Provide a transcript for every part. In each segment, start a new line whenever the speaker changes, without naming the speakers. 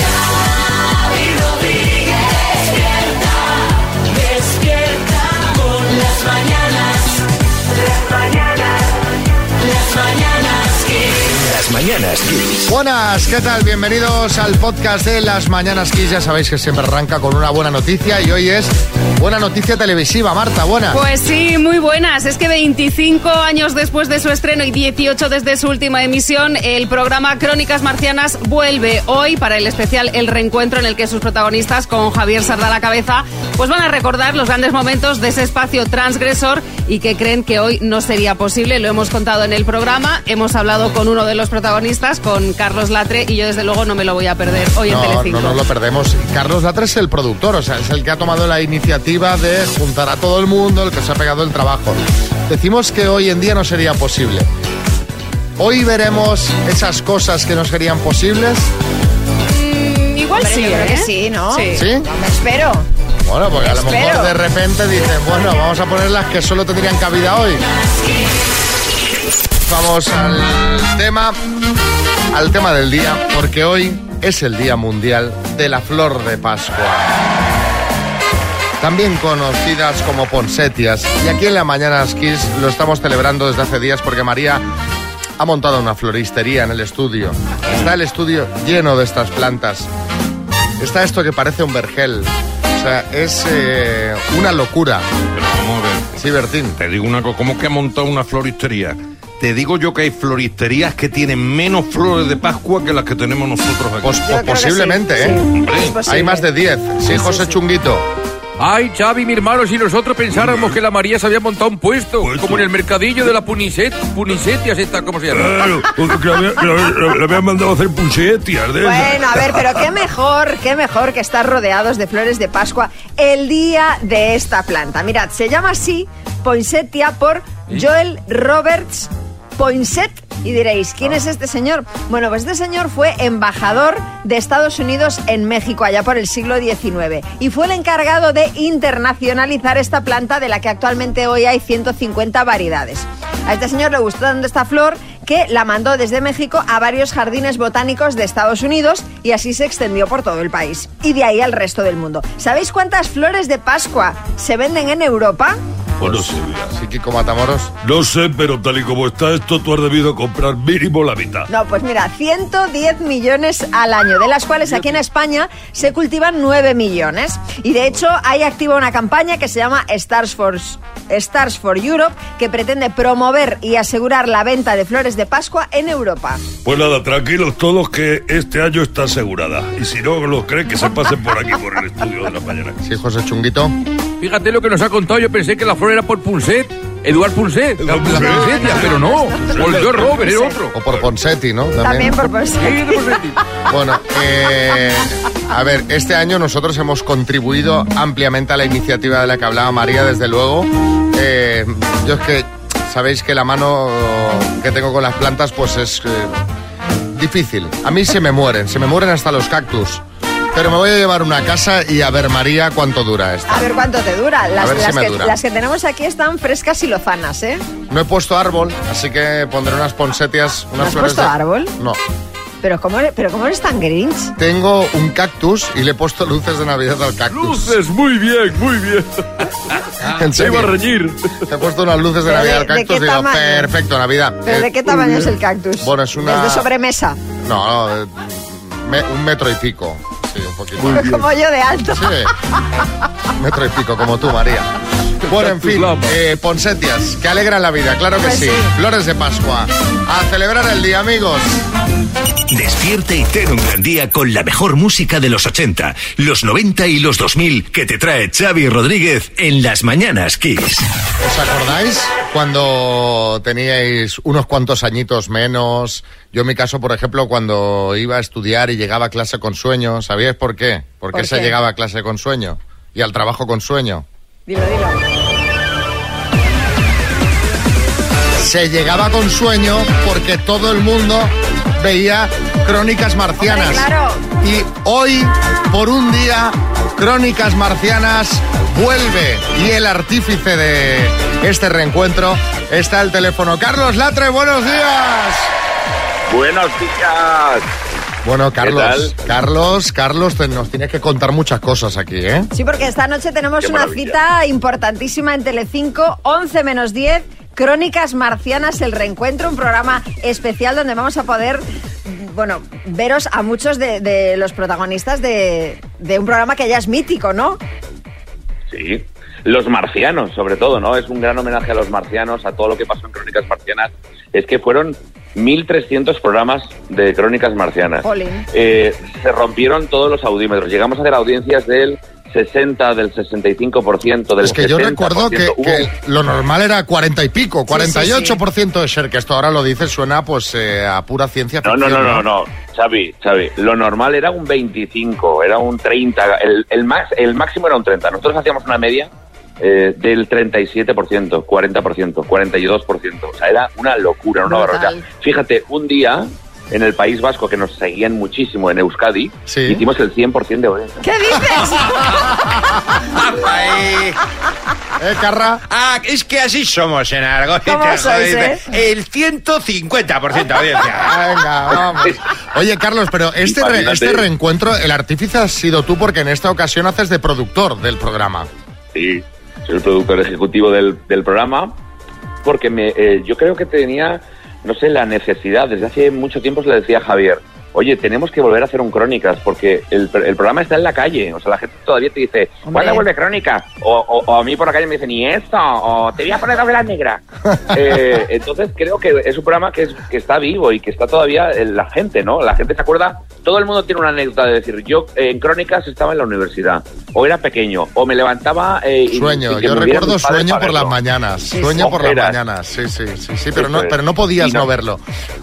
Xavi Rodríguez, despierta, despierta con las mañanas, las mañanas, las mañanas que
Las mañanas Kiss.
Buenas, ¿qué tal? Bienvenidos al podcast de Las Mañanas Kiss. Ya sabéis que siempre arranca con una buena noticia y hoy es buena noticia televisiva. Marta, buena.
Pues sí, muy buenas. Es que 25 años después de su estreno y 18 desde su última emisión, el programa Crónicas Marcianas vuelve hoy para el especial El Reencuentro en el que sus protagonistas, con Javier Sarda a la cabeza, pues van a recordar los grandes momentos de ese espacio transgresor y que creen que hoy no sería posible. Lo hemos contado en el programa, hemos hablado con uno de los protagonistas, con Carlos Latre, y yo desde luego no me lo voy a perder hoy en
No, no
Telecinco.
nos lo perdemos. Carlos Latre es el productor, o sea, es el que ha tomado la iniciativa de juntar a todo el mundo, el que se ha pegado el trabajo. Decimos que hoy en día no sería posible. Hoy veremos esas cosas que no serían posibles.
Igual
Hombre,
sí,
yo creo que
¿eh?
sí, ¿no?
¿Sí?
Me espero.
Bueno, porque a lo mejor
Espero.
de repente dicen, bueno, vamos a poner las que solo tendrían cabida hoy. Vamos al tema, al tema del día, porque hoy es el Día Mundial de la Flor de Pascua. También conocidas como ponsetias. Y aquí en la Mañana Kiss lo estamos celebrando desde hace días porque María ha montado una floristería en el estudio. Está el estudio lleno de estas plantas. Está esto que parece un vergel. O sea, es eh, una locura.
Pero vamos a ver,
Sí, Bertín.
te digo una cosa, ¿cómo que ha montado una floristería? Te digo yo que hay floristerías que tienen menos flores de Pascua que las que tenemos nosotros aquí.
Pues,
Yo creo que
posiblemente,
sí,
¿eh?
sí.
Hombre,
Es posible.
Hay más de 10. Sí, José Chunguito.
Ay, Xavi, mi hermano, si nosotros pensáramos que la María se había montado un puesto,
Puesto.
como en el mercadillo de la Puniset, Punisetias, esta, ¿cómo se llama?
Claro, porque la había- la- la- la habían mandado a hacer punchetas de esas.
Bueno, a ver, pero qué mejor, qué mejor que estar rodeados de flores de Pascua el día de esta planta. Mirad, se llama así Poinsettia por Joel Roberts Poinsett. Y diréis, ¿quién es este señor? Bueno, pues este señor fue embajador de Estados Unidos en México allá por el siglo XIX y fue el encargado de internacionalizar esta planta de la que actualmente hoy hay 150 variedades. A este señor le gustó tanto esta flor que la mandó desde México a varios jardines botánicos de Estados Unidos y así se extendió por todo el país y de ahí al resto del mundo. ¿Sabéis cuántas flores de Pascua se venden en Europa?
Bueno, sí, Pues mira.
Sí, Kiko Matamoros.
No sé, pero tal y como está esto, tú has debido comprar mínimo la mitad.
No, pues mira, 110 millones al año, de las cuales aquí en España se cultivan 9 millones. Y de hecho hay activa una campaña que se llama Stars for, Stars for Europe, que pretende promover y asegurar la venta de flores de Pascua en Europa.
Pues nada, tranquilos todos que este año está asegurada. Y si no lo creen, que se pasen por aquí, por el estudio de la mañana.
Sí, José Chunguito.
Fíjate lo que nos ha contado, yo pensé que la flor era por Punset, Eduard Punset, la,
Eduard
la
Punset.
Punsetia, pero no, volvió Robert, era otro.
O por Ponsetti, ¿no?
También por por-
Sí, de Punsetti.
Bueno, eh, a ver, este año nosotros hemos contribuido ampliamente a la iniciativa de la que hablaba María, desde luego. Eh, yo es que sabéis que la mano que tengo con las plantas, pues es eh, difícil. A mí se me mueren, se me mueren hasta los cactus. Pero me voy a llevar una casa y a ver, María, cuánto dura esto.
A ver cuánto te dura. Las,
ver si
las
me
que,
dura.
las que tenemos aquí están frescas y lozanas, ¿eh?
No he puesto árbol, así que pondré unas ponsetias, unas
¿No has
flores
puesto
de-
árbol?
No.
Pero ¿cómo, eres- pero ¿cómo eres tan grinch?
Tengo un cactus y le he puesto luces de Navidad al cactus. Ah,
Luces, muy bien, muy bien.
En
Se iba a
serio.
reñir.
Te he puesto unas luces de
Pero
Navidad
de-
al
¿de
cactus
qué
y digo,
tamaño?
perfecto, Navidad.
¿Pero
Eh,
de qué tamaño es el cactus?
Bueno, es una-
¿Es de sobremesa?
No, no, eh, me- un metro y pico. Sí, un poquito.
Como yo de alto.
Sí. Un metro y pico, como tú, María. Bueno, en fin,
Lama.
eh, Ponsetias, que alegran la vida, claro que
Pues
sí.
sí.
Flores de Pascua. A celebrar el día, amigos.
Despierte y ten un gran día con la mejor música de los 80, los 90 y los 2000 que te trae Xavi Rodríguez en las mañanas Kiss.
¿Os acordáis cuando teníais unos cuantos añitos menos? Yo en mi caso, por ejemplo, cuando iba a estudiar y llegaba a clase con sueño, ¿sabíais por qué? ¿Por,
¿Por
qué se
qué?
llegaba a clase con sueño? Y al trabajo con sueño.
Dilo, dilo.
Se llegaba con sueño porque todo el mundo veía crónicas marcianas.
Hombre, claro.
Y hoy, por un día, Crónicas Marcianas vuelve. Y el artífice de este reencuentro está al teléfono. Carlos Latre, buenos días.
Buenos días.
Bueno, Carlos,
tal?
Carlos, Carlos, te- nos tienes que contar muchas cosas aquí, ¿eh?
Sí, porque esta noche tenemos
Qué
una
maravilla.
cita importantísima en Telecinco, 11 menos 10, Crónicas Marcianas, el reencuentro, un programa especial donde vamos a poder, bueno, veros a muchos de, de los protagonistas de, de un programa que ya es mítico, ¿no?
Sí. Los marcianos, sobre todo, ¿no? Es un gran homenaje a los marcianos, a todo lo que pasó en Crónicas Marcianas. Es que fueron 1.300 programas de Crónicas Marcianas.
Jolín.
Eh, se rompieron todos los audímetros. Llegamos a hacer audiencias del 60, del 65%, del
Es que yo
70%.
recuerdo que,
Hubo-
que lo normal era 40 y pico, 48% de share, que esto ahora lo dices, suena pues eh, a pura ciencia
No,
ficción.
no, no, no, no, Xavi, Xavi, lo normal era un 25, era un 30, el, el, max, el máximo era un 30. Nosotros hacíamos una media eh, del 37%, 40%, 42%, o sea, era una locura, una
Brutal.
barbaridad. Fíjate, un día en el País Vasco que nos seguían muchísimo en Euskadi,
Sí.
hicimos el 100% de audiencia.
¿Qué dices?
Ay,
¿Eh, Carra?
ah, es que así somos en algo.
¿Cómo sois, eh?
El 150% de audiencia.
Venga, vamos. Ah, Oye, Carlos, pero este, re-
Imagínate.
este reencuentro, el artífice has sido tú porque en esta ocasión haces de productor del programa.
Sí, soy el productor ejecutivo del, del programa, porque me, eh, yo creo que tenía, no sé, la necesidad. Desde hace mucho tiempo se le decía a Javier, oye, tenemos que volver a hacer un Crónicas, porque el, pr- el programa está en la calle. O sea, la gente todavía te dice, ¿cuándo vuelve Crónicas? O, o- o a mí por la calle me dicen, ¿y esto? O te voy a poner a velas negra. Eh, entonces creo que es un programa que, es- que está vivo y que está todavía en la gente, ¿no? La gente se acuerda, todo el mundo tiene una anécdota de decir, yo eh, en Crónicas estaba en la universidad, o era pequeño, o me levantaba... eh, y-
Sueño,
y que
yo
me hubiera
recuerdo
mis padres
sueño
para
por las
verlo.
mañanas. Sueño por las
Ojeras.
mañanas, sí, sí, sí, sí, pero no,
Eso es.
pero no podías
Y no-
no verlo.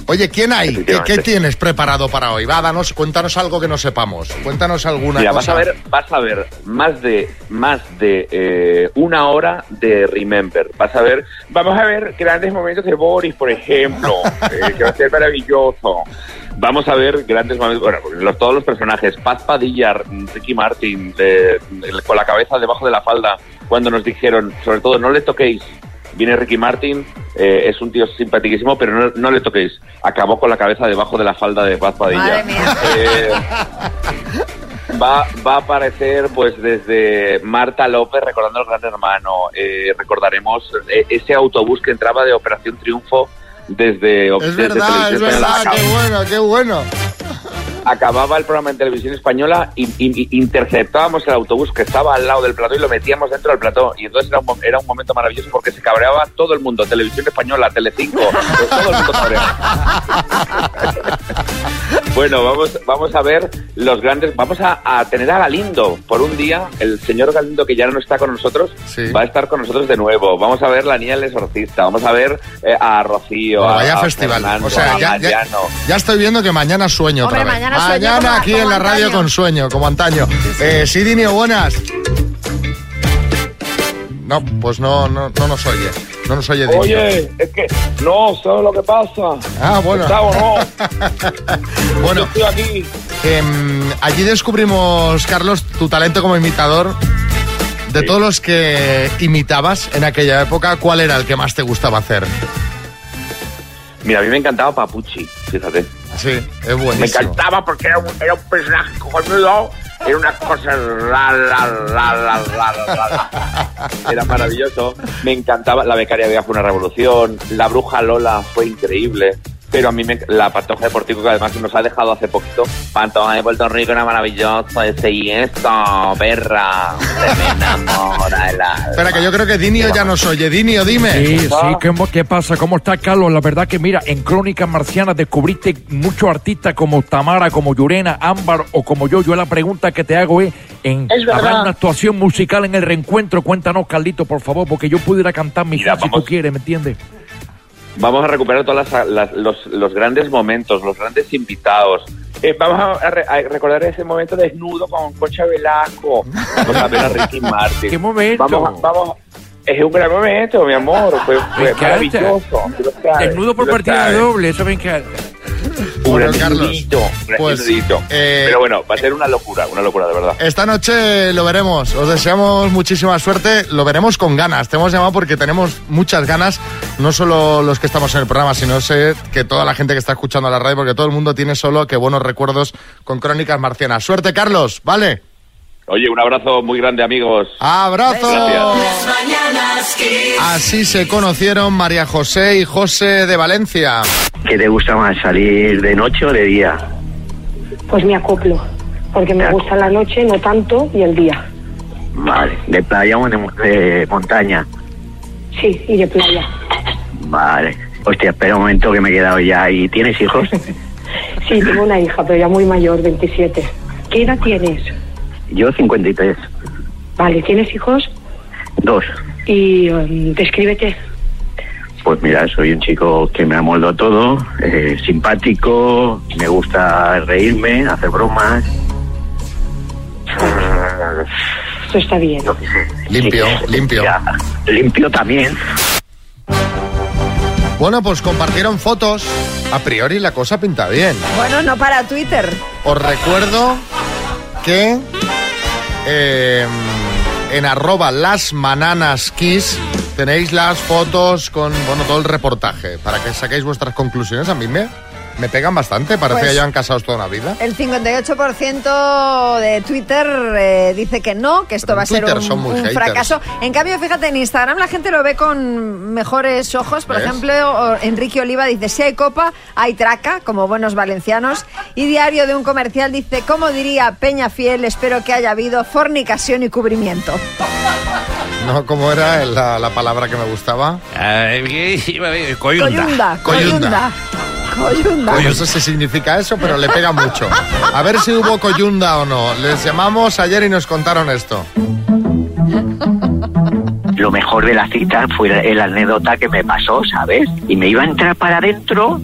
Oye, ¿quién hay? ¿Qué,
Efectivamente.
qué tienes preparado para hoy? Va, danos, cuéntanos algo que no sepamos. Cuéntanos alguna
Mira, vas
cosa.
a ver, vas a ver más de más de eh, una hora de Remember. Vas a ver, vamos a ver grandes momentos de Boris, por ejemplo, eh, que va a ser maravilloso. Vamos a ver grandes momentos, bueno, los- todos los personajes, Paz Padilla, Ricky Martin, eh, el- con la cabeza debajo de la falda, cuando nos dijeron, sobre todo, no le toquéis. Viene Ricky Martin, eh, es un tío simpaticísimo, pero no, no le toquéis. Acabó con la cabeza debajo de la falda de Paz Padilla.
Madre mía.
Eh, Va, va a aparecer pues desde Marta López recordando al Gran Hermano. Eh, recordaremos eh, ese autobús que entraba de Operación Triunfo desde
Es
desde
verdad, es
Televisión
verdad,
Española.
qué bueno, qué bueno.
Acababa el programa en televisión española y, y- y interceptábamos el autobús que estaba al lado del plató y lo metíamos dentro del plató. Y entonces era un, mo- era un momento maravilloso porque se cabreaba todo el mundo, televisión española, Telecinco, todo el mundo cabreaba. Bueno, vamos, vamos a ver los grandes. Vamos a, a tener a Galindo por un día. El señor Galindo, que ya no está con nosotros,
Sí.
va a estar con nosotros de nuevo. Vamos a ver la niña del exorcista. Vamos a ver eh, a Rocío.
Bueno,
a,
vaya
a
festival.
Fernando,
o sea, ya,
a
ya-
Mariano.
ya estoy viendo que mañana sueño
Hombre,
otra vez.
mañana sueño como-
aquí en
como
la radio
antaño.
con sueño, como antaño. Eh, sí, Dinio, buenas. No, pues no, no, no nos oye. No nos oye Dinio.
Oye, es que no, ¿sabes lo que pasa?
Ah, bueno.
Gustavo, no,
Bueno,
estoy aquí.
em, allí descubrimos, Carlos, tu talento como imitador. De todos los que imitabas en aquella época, ¿cuál era el que más te gustaba hacer?
Mira, a mí me encantaba Papuchi, fíjate.
Sí, es buenísimo.
Me encantaba porque era un, era un personaje cojonudo, era una cosa la, la, la, la, la, la, la. Era maravilloso. Me encantaba. La becaria Vega fue una revolución. La bruja Lola fue increíble. Pero a mí me- la patoja de Portico, que además nos ha dejado hace poquito, Pantoja de Puerto Rico era maravilloso, ese y esto, perra, se me enamora el alma.
Espera, que yo creo que Dinio ya nos oye. Dinio, dime.
Sí, sí, ¿cómo- ¿qué pasa? ¿Cómo está Carlos? La verdad que mira, en Crónicas Marcianas descubriste muchos artistas como Tamara, como Yurena, Ámbar o como yo. Yo la pregunta que te hago es, en,
Es verdad.
¿habrá una actuación musical en el reencuentro? Cuéntanos, Carlito, por favor, porque yo pudiera cantar mi
Mira,
hit si tú
vamos.
quieres, ¿me entiendes?
Vamos a recuperar todos los, los grandes momentos, los grandes invitados. Eh, vamos a, re- a recordar ese momento desnudo con Concha Velasco. Vamos a ver a Ricky Martin.
¿Qué momento?
Vamos, a- vamos. Es un gran momento, mi amor. Fue, fue
encanta.
maravilloso. tú lo sabes,
Desnudo por
tú lo
partida
sabes.
doble, eso me encanta.
Hubo
Bueno,
un
Carlos,
nudito, un
pues,
nudito. Pero bueno, va a ser una locura, una locura de verdad.
Esta noche lo veremos. Os deseamos muchísima suerte. Lo veremos con ganas. Te hemos llamado porque tenemos muchas ganas. No solo los que estamos en el programa, sino sé que toda la gente que está escuchando la radio, porque todo el mundo tiene solo que buenos recuerdos con Crónicas Marcianas. Suerte, Carlos. ¿Vale?
Oye, un abrazo muy grande, amigos.
¡Abrazo!
Las mañanas Kiss.
Así se conocieron María José y José de Valencia.
¿Qué te gusta más, salir de noche o de día?
Pues me acoplo, porque me gusta la noche, no tanto, y el día.
Vale, de playa o de, mo- de montaña.
Sí, y de playa.
Vale. Hostia, espera un momento que me he quedado ya. ¿Y tienes hijos?
Sí, tengo una hija, pero ya muy mayor, 27. ¿Qué edad tienes?
Yo 53.
Vale, ¿tienes hijos?
Dos.
Y em, descríbete.
Pues mira, soy un chico que me amoldo todo, eh, simpático, me gusta reírme, hacer bromas.
Esto está bien.
Limpio, limpio.
Limpio también.
Bueno, pues compartieron fotos. A priori la cosa pinta bien.
Bueno, no para Twitter.
Os recuerdo que eh, en arroba las kiss tenéis las fotos con bueno todo el reportaje para que saquéis vuestras conclusiones. A mí me, me pegan bastante, parece
Pues-
que llevan casados toda una vida.
El 58% de Twitter eh, dice que no, que esto
Pero
va a
en
ser
Twitter
un,
son muy
un
haters.
fracaso. En cambio, fíjate, en Instagram la gente lo ve con mejores ojos. Por
¿Ves?
ejemplo, o- Enrique Oliva dice, si hay copa, hay traca, como buenos valencianos. Y Diario de un Comercial dice, como diría Peña Fiel, espero que haya habido fornicación y cubrimiento.
No, como era la, la palabra que me gustaba.
Coyunda, coyunda,
Coyunda.
coyunda.
No sé si significa eso, pero le pega mucho. A ver si hubo coyunda o no. Les llamamos ayer y nos contaron esto.
Lo mejor de la cita fue la- la anécdota que me pasó, ¿sabes? Y me iba a entrar para adentro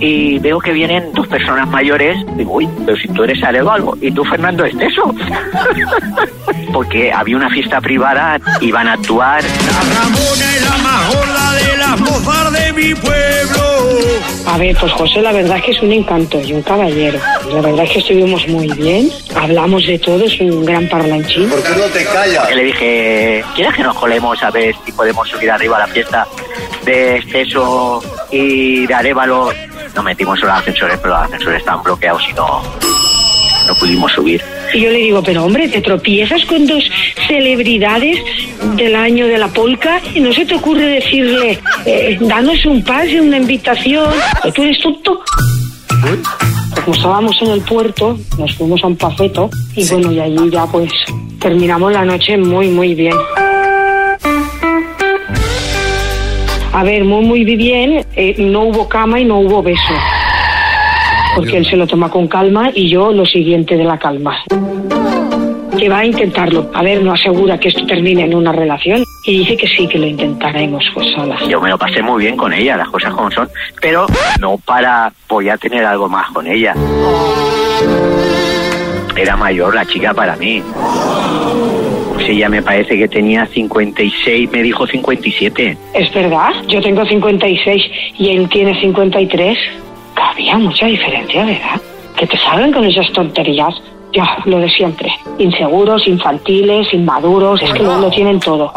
y veo que vienen dos personas mayores. Digo, uy, pero si tú eres Arevalo y tú, Fernando Esteso. Porque había una fiesta privada, iban a actuar.
Ramona es la más gorda de las mozas de mi pueblo.
A ver, pues José, la verdad es que es un encanto y un caballero. La verdad es que estuvimos muy bien, hablamos de todo, es un gran parlanchín.
Que le dije, ¿quieres que nos colemos a ver si podemos subir arriba a la fiesta de Esteso y de Arevalo? Nos metimos en los ascensores, pero los ascensores estaban bloqueados y no, no pudimos subir.
Y yo le digo, pero hombre, te tropiezas con dos celebridades del año de la polca y no se te ocurre decirle, eh, danos un pase, una invitación, ¿O tú eres tonto. Como estábamos Pues en el puerto, nos fuimos a un pafeto y bueno, y allí ya pues terminamos la noche muy, muy bien. A ver, muy, muy bien, eh, no hubo cama y no hubo beso. Porque él se lo toma con calma y yo lo siguiente de la calma. Que va a intentarlo. A ver, no asegura que esto termine en una relación. Y dice que sí, que lo intentaremos, pues sola.
Yo me lo pasé muy bien con ella, las cosas como son, pero no para poder tener algo más con ella. Era mayor la chica para mí. Pues ella me parece que tenía 56, me dijo 57.
Es verdad, yo tengo 56 y él tiene 53. Que Había mucha diferencia de edad. Que te salgan con esas tonterías. Ya, lo de siempre. Inseguros, infantiles, inmaduros, es que lo, lo tienen todo.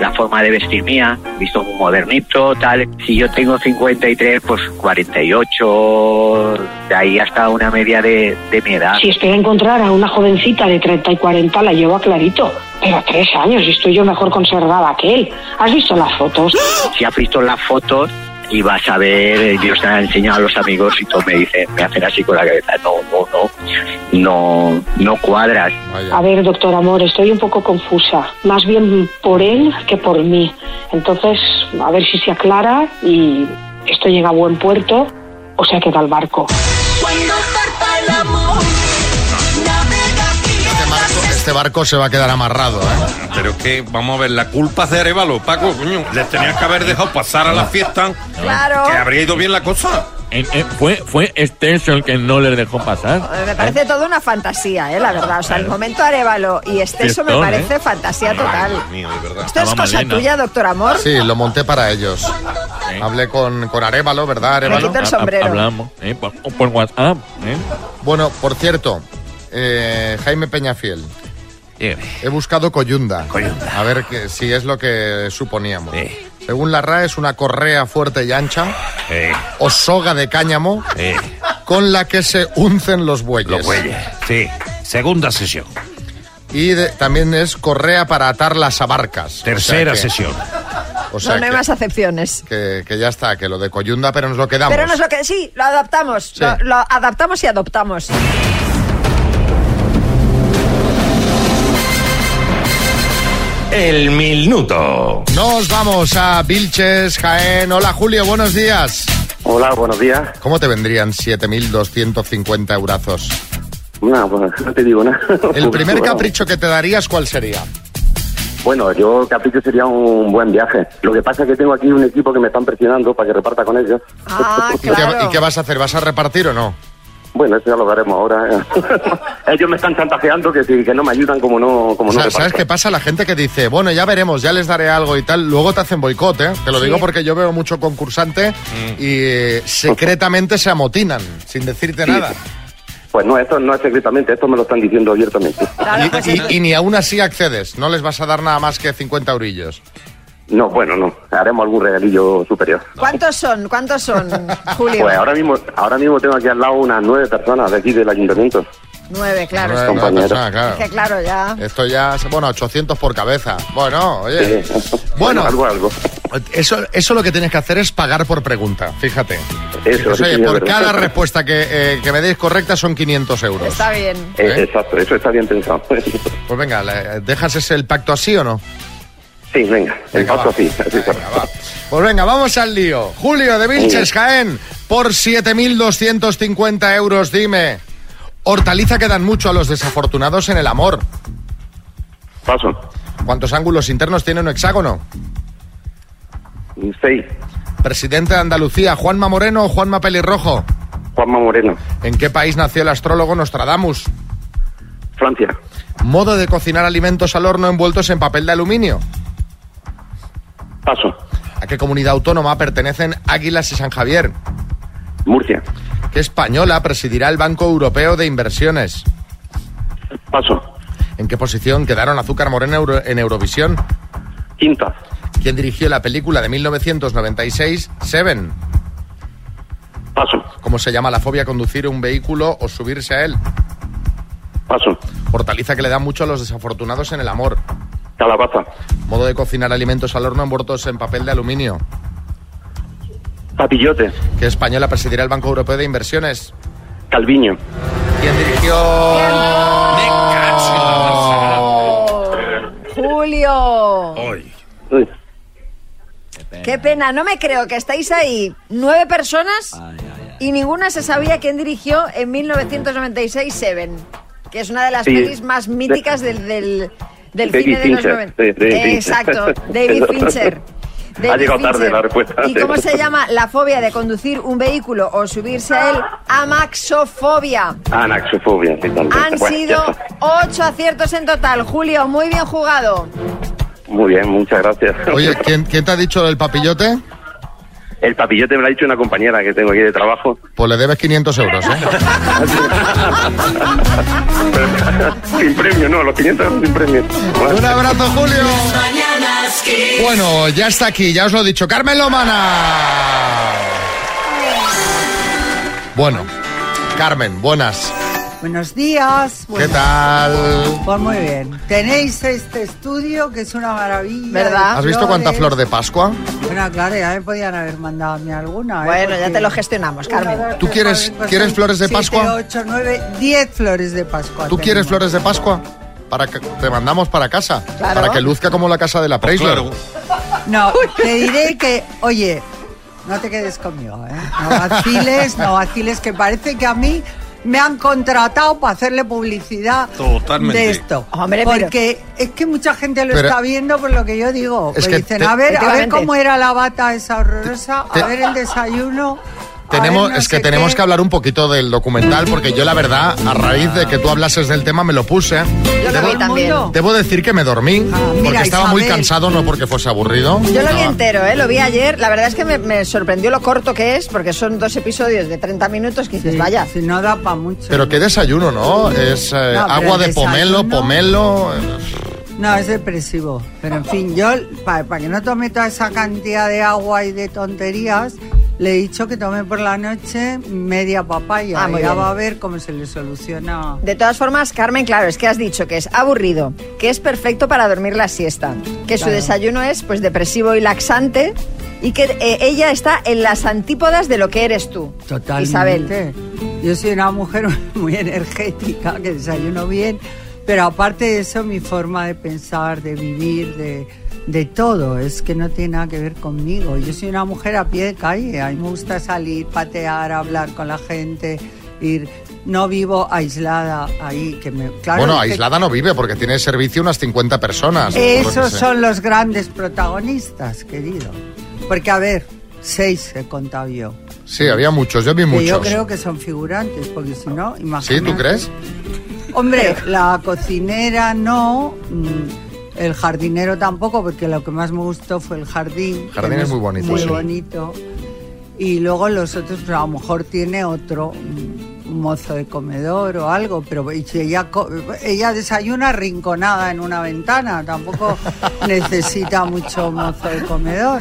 La forma de vestir mía, visto muy modernito, tal. Si yo tengo 53, pues 48, de ahí hasta una media de, de mi edad.
Si espera encontrar a una jovencita de 30 y 40, la llevo a clarito. Pero a tres años y estoy yo mejor conservada que él. ¿Has visto las fotos?
si has visto las fotos y vas a ver, eh, yo se la he enseñado a los amigos y todos me dicen, me hacen así con la cabeza, no, no, no, no, no cuadras.
A ver, doctor Amor, estoy un poco confusa. Más bien por él que por mí. Entonces, a ver si se aclara y esto llega a buen puerto o se queda el barco.
Cuando zarpa el amor, navega
Este barco se va a quedar amarrado, ¿eh?
Pero es que, vamos a ver, la culpa es de Arevalo, Paco, coño. Les tenías que haber dejado pasar a la fiesta.
Claro.
Que habría ido bien la cosa.
eh, eh, fue, fue Stenson el que no les dejó pasar.
Eh, Me parece toda una fantasía, ¿eh? la verdad. O sea, el momento Arevalo y Esteso me
Fiestón,
parece
¿eh?
fantasía total. Esto es cosa tuya, doctor Amor.
Sí, lo monté para ellos. Hablé con, con Arevalo, ¿verdad, Arevalo?
quito el sombrero.
Hablamos eh, por, por WhatsApp. eh.
Bueno, por cierto, eh, Jaime Peñafiel. He buscado coyunda. A ver que- si es lo que suponíamos. Según la RAE es una correa fuerte y ancha o soga de cáñamo con la que se uncen los bueyes.
Los bueyes,
sí. Segunda sesión. Y de- también es correa para atar las abarcas.
Tercera
O sea que-
sesión.
O sea
no, no hay
que,
más acepciones.
que- que ya está, que lo de coyunda, pero nos lo quedamos.
Pero no es lo que. Sí, lo adaptamos. Lo, lo adaptamos y adoptamos.
El minuto. Nos vamos a Vilches, Jaén. Hola Julio, buenos días.
Hola, buenos días.
¿Cómo te vendrían 7.250 eurazos?
No, pues no te digo nada.
El primer
Bueno,
capricho que te darías, ¿cuál sería?
Bueno, yo capricho sería un buen viaje. Lo que pasa es que tengo aquí un equipo que me están presionando para que reparta con ellos.
Ah,
¿Y qué- ¿Y, qué, vas a hacer? ¿Vas a repartir o no?
Bueno, eso ya lo veremos ahora. ¿eh? ellos me están chantajeando que si que no me ayudan como no como
O sea,
no
¿Sabes
reparto.
qué pasa? La gente que dice, bueno, ya veremos, ya les daré algo y tal, luego te hacen boicot, ¿eh? Te lo
Sí.
digo porque yo veo mucho concursante y eh, secretamente se amotinan, sin decirte
Sí,
nada.
Pues no, esto no es secretamente, esto me lo están diciendo abiertamente.
Y-
pues
y, y ni aún así accedes, no les vas a dar nada más que 50 eurillos.
No, bueno, no. Haremos algún regalillo superior.
¿Cuántos son? ¿Cuántos son, Julio?
Pues ahora mismo, ahora mismo tengo aquí al lado unas nueve personas de aquí del ayuntamiento.
Nueve, claro.
Nueve,
es que-
nueve personas, Ah, claro.
Es que claro, ya.
Esto ya, se- bueno, 800 por cabeza. Bueno, oye.
Sí.
Bueno,
algo, algo.
Eso, eso lo que tienes que hacer es pagar por pregunta, fíjate.
Eso,
Pues,
sí,
oye,
señor.
por cada respuesta que, eh, que me deis correcta son 500 euros.
Está bien.
Eh, Exacto, eso está bien pensado.
Pues venga, le- ¿dejas ese el pacto así o no?
Sí, venga, el
Venga,
paso
va.
así. así está.
Pues venga, vamos al lío. Julio de Vilches, Jaén, por 7.250 euros, dime. Hortaliza que dan mucho a los desafortunados en el amor.
Paso.
¿Cuántos ángulos internos tiene un hexágono?
Seis.
Presidente de Andalucía, Juanma Moreno o Juanma Pelirrojo.
Juanma Moreno,
¿En qué país nació el astrólogo Nostradamus?
Francia,
Modo de cocinar alimentos al horno envueltos en papel de aluminio.
paso.
¿A qué comunidad autónoma pertenecen Águilas y San Javier?
Murcia,
¿Qué española presidirá el Banco Europeo de Inversiones?
Paso.
¿En qué posición quedaron Azúcar Moreno Euro- en Eurovisión?
Quinta.
¿Quién dirigió la película de 1996, Seven?
Paso.
¿Cómo se llama la fobia a conducir un vehículo o subirse a él?
Paso.
Hortaliza que le da mucho a los desafortunados en el amor.
Calabaza,
Modo de cocinar alimentos al horno envueltos en papel de aluminio.
Papillote,
¿Qué española presidirá el Banco Europeo de Inversiones?
Calviño.
¿Quién dirigió? Oh.
Julio. Qué pena, no me creo que estáis ahí nueve personas y ninguna se sabía quién dirigió en 1996 Seven, que es una de las
Sí.
pelis más míticas del, del, del
David
cine de los
Fincher,
90.
sí, David Fincher.
Exacto, David Fincher.
ha
David
llegado tarde
Fincher.
la respuesta.
¿Y cómo se llama la fobia de conducir un vehículo o subirse a él? Amaxofobia.
Anaxofobia. sí, también.
Han
Bueno, ya
sido
está.
ocho aciertos en total. Julio, muy bien jugado.
Muy bien, muchas gracias.
Oye, ¿quién, quién te ha dicho el papillote?
El papillote me lo ha dicho una compañera que tengo aquí de trabajo.
Pues le debes 500 euros, ¿eh?
sin premio, no, los 500 euros sin premio.
Un abrazo, Julio. Bueno, ya está aquí, ya os lo he dicho. Carmen Lomana. Bueno, Carmen, buenas.
Buenos días.
¿Qué tal?
Pues muy bien. Tenéis este estudio que es una maravilla. de
¿Has visto cuánta flor
flores.
de Pascua?
Bueno, claro, ya me podían haber mandado a mí alguna. ¿eh?
Bueno, ya
Porque
te lo gestionamos,
una,
Carmen.
dos,
¿Tú
tres,
quieres-
cuatro, cinco,
quieres
seis,
flores de
pues siete,
Pascua?
ocho, nueve, diez flores de Pascua.
¿Tú quieres
tenemos.
flores de Pascua? Para que te mandamos para casa,
Claro.
para que luzca como la casa de la Preisler.
No, te diré que, oye, no te quedes conmigo, ¿eh? No vaciles, no vaciles, que parece que a mí me han contratado para hacerle publicidad
Totalmente.
de esto.
Hombre, pero-
Porque es que mucha gente lo
Pero-
está viendo por lo que yo digo.
Es
Me
que
dicen,
te-
a ver, a ver
Efectivamente.
cómo era la bata esa horrorosa, a ver el desayuno.
Tenemos,
no
es que
sé
tenemos
qué.
que hablar un poquito del documental, porque yo la verdad, a raíz de que tú hablases del tema, me lo puse.
Yo lo vi también.
Debo decir que me dormí,
Ah,
porque
mira,
estaba muy
Isabel.
cansado, no porque fuese aburrido.
Yo lo vi
Estaba-
entero, ¿eh? lo vi ayer. La verdad es que me, me sorprendió lo corto que es, porque son dos episodios de 30 minutos que dices, vaya.
Si no da para mucho.
Pero qué desayuno, ¿no? Es eh,
pero
agua
el
de pomelo,
desayuno-
pomelo. eh,
No, es depresivo. Pero en fin, yo, para que no tome toda esa cantidad de agua y de tonterías, le he dicho que tome por la noche media papaya.
Ah, muy
ya
bien.
va a ver cómo se le soluciona.
De todas formas, Carmen, claro, es que has dicho que es aburrido, que es perfecto para dormir la siesta, que su
Claro.
desayuno es pues depresivo y laxante y que eh, ella está en las antípodas de lo que eres tú.
Totalmente.
Isabel.
Yo soy una mujer muy energética, que desayuno bien, pero aparte de eso, mi forma de pensar, de vivir, de, de todo, es que no tiene nada que ver conmigo. Yo soy una mujer a pie de calle, a mí me gusta salir, patear, hablar con la gente, ir. No vivo aislada ahí, que me. Claro,
bueno,
es que-
aislada no vive, porque tiene servicio unas 50 personas. Creo que
esos
sí.
son los grandes protagonistas, querido. Porque, a ver, seis he contado yo.
Sí, había muchos, yo vi
Que
muchos.
yo creo que son figurantes, porque si no, imagínate.
¿Sí? ¿Tú crees?
Hombre, la cocinera no, mm, el jardinero tampoco, porque lo que más me gustó fue el jardín. que
Jardín
no
es muy bonito,
Muy
sí.
bonito. Y luego los otros, pero a lo mejor tiene otro, mm, un mozo de comedor o algo, pero y si ella, co- ella desayuna rinconada en una ventana, tampoco necesita mucho mozo de comedor,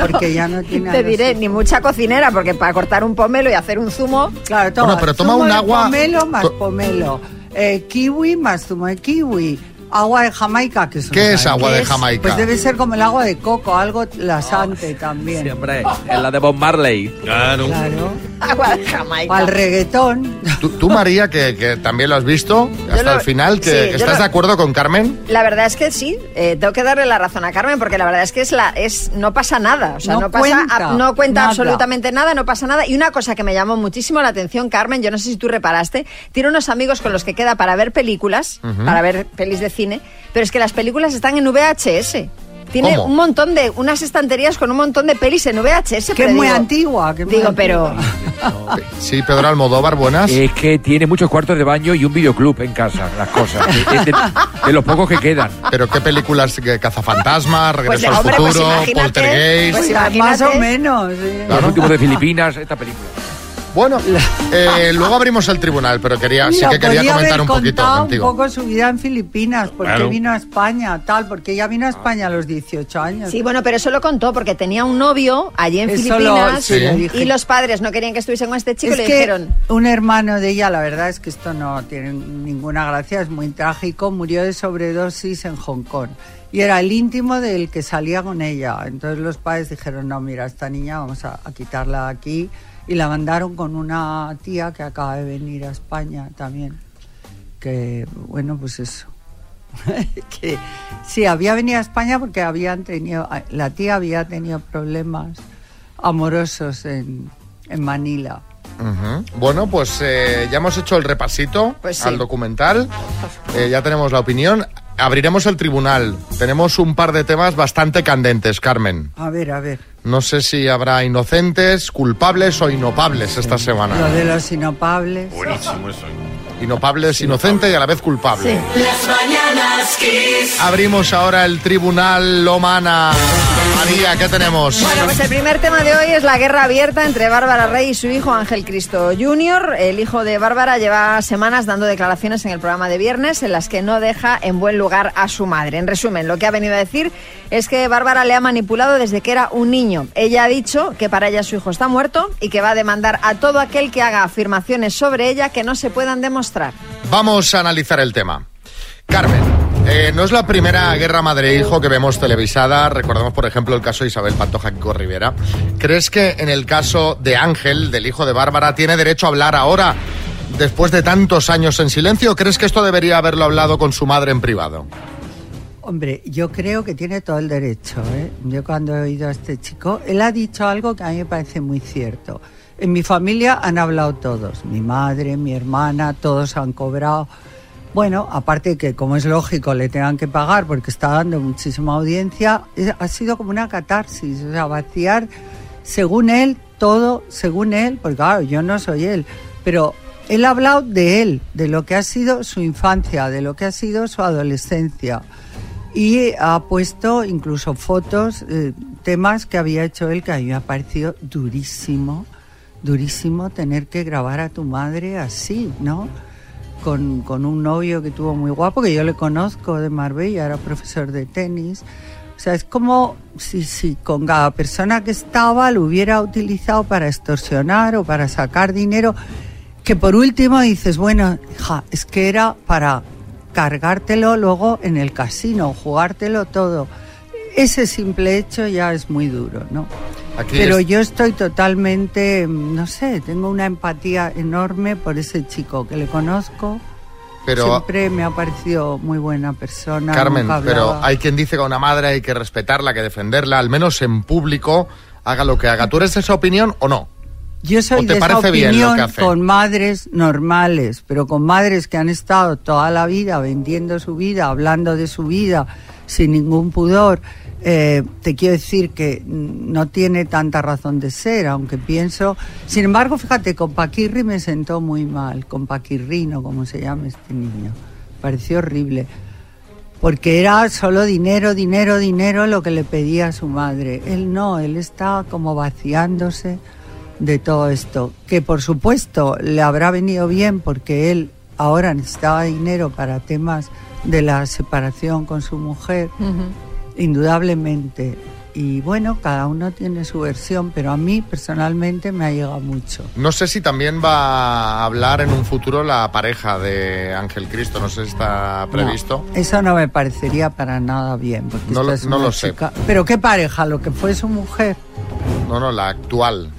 porque ya no tiene... a
Te
los
diré, ni mucha cocinera, porque para cortar un pomelo y hacer un zumo...
Claro, toma,
Bueno, pero toma
zumo
un
de
agua-
Pomelo más
to-
pomelo. Eh, kiwi más zumo de kiwi. Agua de Jamaica, que
¿Qué es agua de Jamaica?
Pues debe ser como el agua de coco, algo lasante también.
Siempre es la de Bob Marley.
Claro.
Claro.
Agua de Jamaica.
O al reggaetón.
Tú, tú, María, que, que también lo has visto hasta
lo-
el final, que,
sí,
que
yo
estás
lo-
de acuerdo con Carmen.
La verdad es que sí, eh, tengo que darle la razón a Carmen, porque la verdad es que es la, es, no pasa nada. O sea,
No
no, pasa,
cuenta
ab- no cuenta
nada.
absolutamente nada, no pasa nada. Y una cosa que me llamó muchísimo la atención, Carmen, yo no sé si tú reparaste, tiene unos amigos con los que queda para ver películas,
Ujú.
para ver pelis de cine, pero es que las películas están en VHS. Tiene
¿Cómo?
un montón de, unas estanterías con un montón de pelis en VHS.
Que
pero
es muy
digo-
antigua. Que es muy
Digo,
antigua.
pero...
Sí, Pedro Almodóvar, buenas.
Es que tiene muchos cuartos de baño y un videoclub en casa, las cosas.
Este
Es de, de los pocos que quedan.
Pero qué películas, que Cazafantasmas, Regreso al
hombre, pues
Futuro,
imagínate,
Poltergeist.
pues
Mira, Más o menos. sí.
Los últimos de Filipinas, esta película.
Bueno, eh, luego abrimos el tribunal, pero quería, sí
Mira,
que quería
podía
comentar
haber
un poquito
contado
contigo.
un poco su vida en Filipinas, porque
Claro.
vino a España, tal, porque ella vino a España a los 18 años.
Sí, bueno, pero eso lo contó porque tenía un novio allí en
Eso lo-
Filipinas
sí, le dije.
y los padres no querían que estuviesen con este chico
es
y le
que
dijeron,
un hermano de ella, la verdad es que esto no tiene ninguna gracia, es muy trágico, murió de sobredosis en Hong Kong. Y era el íntimo del que salía con ella. Entonces los padres dijeron, no, mira, esta niña vamos a, a quitarla de aquí. Y la mandaron con una tía que acaba de venir a España también. Que, bueno, pues eso. que sí, había venido a España porque habían tenido, la tía había tenido problemas amorosos en, en Manila.
Ujú. Bueno, pues eh, ya hemos hecho el repasito
Pues sí.
al documental. Eh, ya tenemos la opinión. Abriremos el tribunal. Tenemos un par de temas bastante candentes, Carmen.
A ver, a ver.
No sé si habrá inocentes, culpables o inopables esta semana.
Lo de los inopables.
Buenísimo eso. ¿eh?
Inopables, inocente y a la vez culpable.
Las mañanas Kiss.
Abrimos ahora el tribunal Lomana. María, ¿qué tenemos?
Bueno, pues el primer tema de hoy es la guerra abierta entre Bárbara Rey y su hijo Ángel Cristo Jr. El hijo de Bárbara lleva semanas dando declaraciones en el programa de viernes en las que no deja en buen lugar a su madre. En resumen, lo que ha venido a decir es que Bárbara le ha manipulado desde que era un niño. Ella ha dicho que para ella su hijo está muerto y que va a demandar a todo aquel que haga afirmaciones sobre ella que no se puedan demostrar.
Vamos a analizar el tema. Carmen, eh, no es la primera guerra madre-hijo que vemos televisada. Recordemos, por ejemplo, el caso de Isabel Pantoja Kiko Rivera. ¿Crees que en el caso de Ángel, del hijo de Bárbara, tiene derecho a hablar ahora, después de tantos años en silencio? ¿O crees que esto debería haberlo hablado con su madre en privado?
Hombre, yo creo que tiene todo el derecho. ¿eh? Yo cuando he oído a este chico, él ha dicho algo que a mí me parece muy cierto. En mi familia han hablado todos, mi madre, mi hermana, todos han cobrado. Bueno, aparte que como es lógico le tengan que pagar porque está dando muchísima audiencia, es- ha sido como una catarsis, o sea, vaciar según él, todo según él, porque claro, yo no soy él, pero él ha hablado de él, de lo que ha sido su infancia, de lo que ha sido su adolescencia. Y ha puesto incluso fotos, eh, temas que había hecho él, que a mí me ha parecido durísimo, durísimo tener que grabar a tu madre así, ¿no? Con, con un novio que tuvo muy guapo, que yo le conozco de Marbella, era profesor de tenis. O sea, es como si, si con cada persona que estaba lo hubiera utilizado para extorsionar o para sacar dinero, que por último dices, bueno, hija, es que era para cargártelo luego en el casino, jugártelo todo. Ese simple hecho ya es muy duro, ¿no?
Aquí
Pero
es-
yo estoy totalmente, no sé, tengo una empatía enorme por ese chico que le conozco.
Pero-
Siempre me ha parecido muy buena persona.
Carmen,
nunca
pero
hablaba.
hay quien dice que a una madre hay que respetarla, que defenderla, al menos en público, haga lo que haga. ¿Tú eres de esa opinión o no?
Yo soy
¿O te
de esa
parece bien
opinión
lo que hace?
con madres normales, pero con madres que han estado toda la vida vendiendo su vida, hablando de su vida sin ningún pudor. Eh, te quiero decir que mm, no tiene tanta razón de ser, aunque pienso. Sin embargo, fíjate, con Paquirri me sentó muy mal, con Paquirrino, como se llama este niño. Pareció horrible. Porque era solo dinero, dinero, dinero lo que le pedía a su madre. Él no, él estaba como vaciándose de todo esto. Que por supuesto le habrá venido bien porque él ahora necesitaba dinero para temas de la separación con su mujer, indudablemente. Y bueno, cada uno tiene su versión, pero a mí personalmente me ha llegado mucho.
No sé si también va a hablar en un futuro la pareja de Ángel Cristo, no sé si está previsto.
No, eso no me parecería para nada bien. Porque
No
esta
lo-
es
no
una
lo sé.
chica- Pero qué pareja, lo que fue su mujer.
No, no, la actual.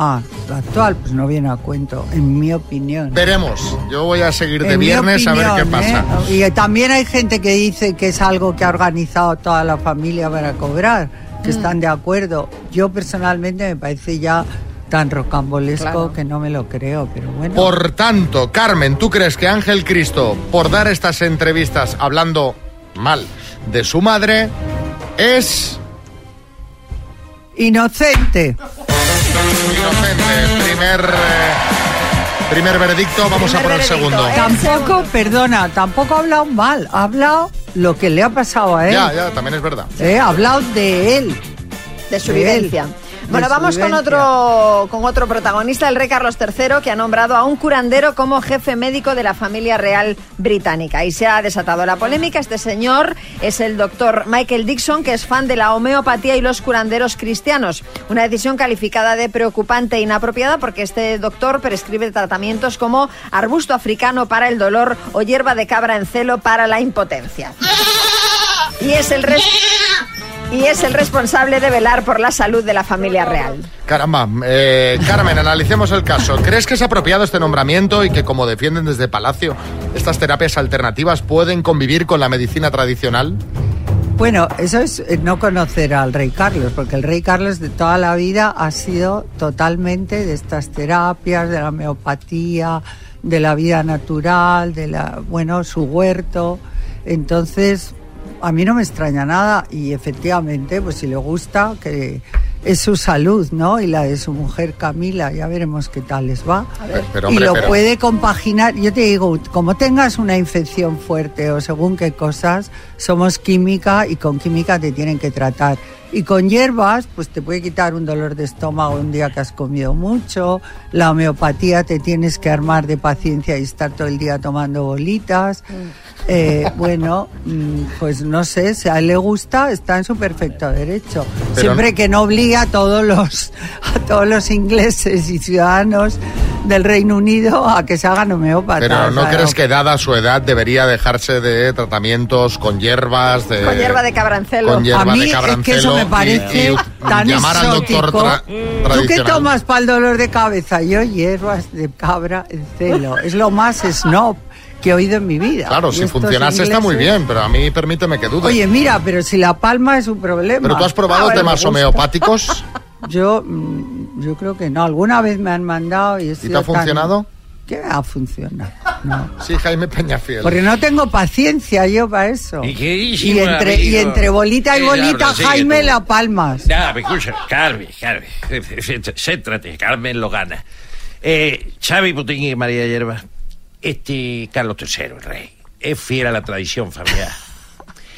Ah, la actual, pues no viene a cuento, en mi opinión.
Veremos. Yo voy a seguir de
En mi
viernes a ver qué
opinión,
pasa.
¿eh? Y eh, también hay gente que dice que es algo que ha organizado toda la familia para cobrar,
Mm.
que están de acuerdo. Yo personalmente me parece ya tan rocambolesco que no me lo creo, pero bueno.
Por tanto, Carmen, ¿tú crees que Ángel Cristo, por dar estas entrevistas hablando mal de su madre, es inocente?
Inocente.
Primer, eh, primer verdicto, vamos a por el segundo.
¿eh? Tampoco, perdona, tampoco ha hablado mal, ha hablado lo que le ha pasado a él.
Ya, ya, también es verdad.
Eh, ha hablado de él.
de su
De él.
vivencia.
De
Bueno,
su
vamos con
vivencia.
otro, con otro protagonista, el rey Carlos III, que ha nombrado a un curandero como jefe médico de la familia real británica. Y se ha desatado la polémica. Este señor es el doctor Michael Dixon, que es fan de la homeopatía y los curanderos cristianos. Una decisión calificada de preocupante e inapropiada porque este doctor prescribe tratamientos como arbusto africano para el dolor o hierba de cabra en celo para la impotencia. Y es el res- y es el responsable de velar por la salud de la familia real.
Caramba, eh, Carmen, analicemos el caso. ¿Crees que es apropiado este nombramiento y que, como defienden desde Palacio, estas terapias alternativas pueden convivir con la medicina tradicional?
Bueno, eso es eh, no conocer al rey Carlos, porque el rey Carlos de toda la vida ha sido totalmente de estas terapias, de la homeopatía, de la vida natural, de la, bueno, su huerto. Entonces, a mí no me extraña nada y efectivamente, pues si le gusta, que es su salud, ¿no? Y la de su mujer Camila, ya veremos qué tal les va
Pe- Pero, hombre,
y lo
pero-
puede compaginar. Yo te digo, como tengas una infección fuerte o según qué cosas, somos química y con química te tienen que tratar. Y con hierbas, pues te puede quitar un dolor de estómago un día que has comido mucho. La homeopatía te tienes que armar de paciencia y estar todo el día tomando bolitas. Eh, bueno, mm, pues no sé, si a él le gusta, está en su perfecto derecho.
Pero
Siempre
no-
que no obliga a todos los a todos los ingleses y ciudadanos del Reino Unido a que se hagan homeópatas.
Pero ¿no
claro.
crees que, dada su edad, debería dejarse de tratamientos con hierbas? De...
Con hierba de cabrancelo.
Eh, Con hierba
a mí
de
es que eso
cabrancelo
me
y-
parece
y
tan
llamar al doctor
exótico. Mm.
tra-
¿Tú qué
tradicional.
tomas para el dolor de cabeza? Yo hierbas de cabra en celo. Es lo más snob que he oído en mi vida.
Claro,
Y
si
estos
funcionase está muy
ingleses-
bien, pero a mí permíteme que dude.
Oye, mira, pero si la palma es un problema. Ah,
¿Pero tú has probado
bueno,
temas
me gusta.
homeopáticos?
Yo, mm, yo creo que no. Alguna vez me han mandado y he
te
sido
ha
tan-
funcionado?
¿Qué me ha funcionado?
Sí, Jaime Peñafiel.
Porque no tengo paciencia yo para eso.
¿Y qué dices,
Y entre, y
amigo?
entre bolita y
Eh,
bolita,
habla, sigue
Jaime
tú.
la palmas.
Nada, me escucha, Carmen, Carmen. Céntrate, Carmen lo gana. Eh, Xavi Putin y María Hierba, este Carlos III, el rey, es fiel a la tradición familiar.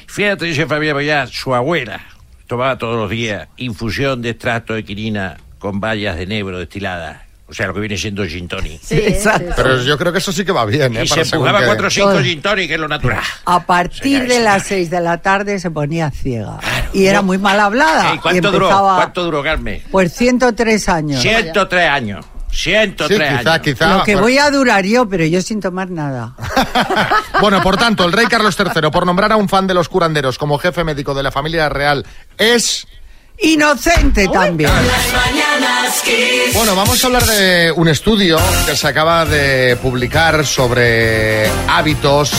Fiel a la tradición familiar, porque ya su abuela tomaba todos los días infusión de extracto de quinina con bayas de negro destiladas. O sea, lo que viene siendo gin tonic.
Exacto. Pero yo creo que eso sí que va bien, ¿eh?
Y se
Para según
empujaba
qué.
4 o 5 gin tonic, que es lo natural.
A partir de las 6 de la tarde se ponía ciega. Y era muy mal hablada.
Ey,
y
¿Cuánto duró?
empezaba,
¿Cuánto duró, Carmen?
pues 103 años.
103 años. 103
Sí, quizá,
años.
quizá. pues.
Lo que voy a durar yo, pero yo sin tomar nada.
Bueno, por tanto, el rey Carlos III, por nombrar a un fan de los curanderos como jefe médico de la familia real, es...
Inocente también.
Mañanas Kiss.
Bueno, vamos a hablar de un estudio que se acaba de publicar sobre hábitos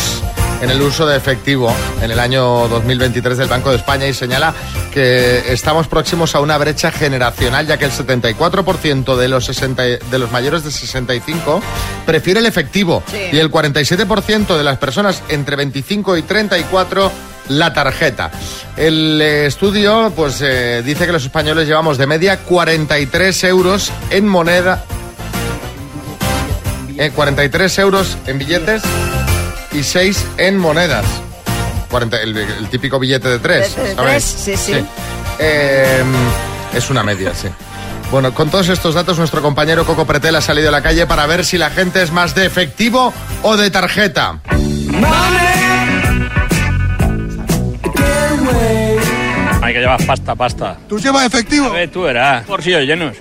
en el uso de efectivo en el año 2023 del Banco de España y señala que estamos próximos a una brecha generacional ya que el 74% de los 60 y- de los mayores de 65 prefiere el efectivo
Sí.
y el 47% de las personas entre 25 y 34 la tarjeta. El eh, estudio pues eh, dice que los españoles llevamos de media 43 euros en moneda eh, 43 euros en billetes y 6 en monedas. 40 el, el típico billete de 3,
De- de
¿sabes?
tres, sí, sí.
Eh, es una media, sí. Bueno, con todos estos datos, nuestro compañero Coco Pretel ha salido a la calle para ver si la gente es más de efectivo o de tarjeta.
Hay que llevar pasta, pasta.
¿Tú llevas efectivo?
A ver, tú verás. Bolsillos llenos.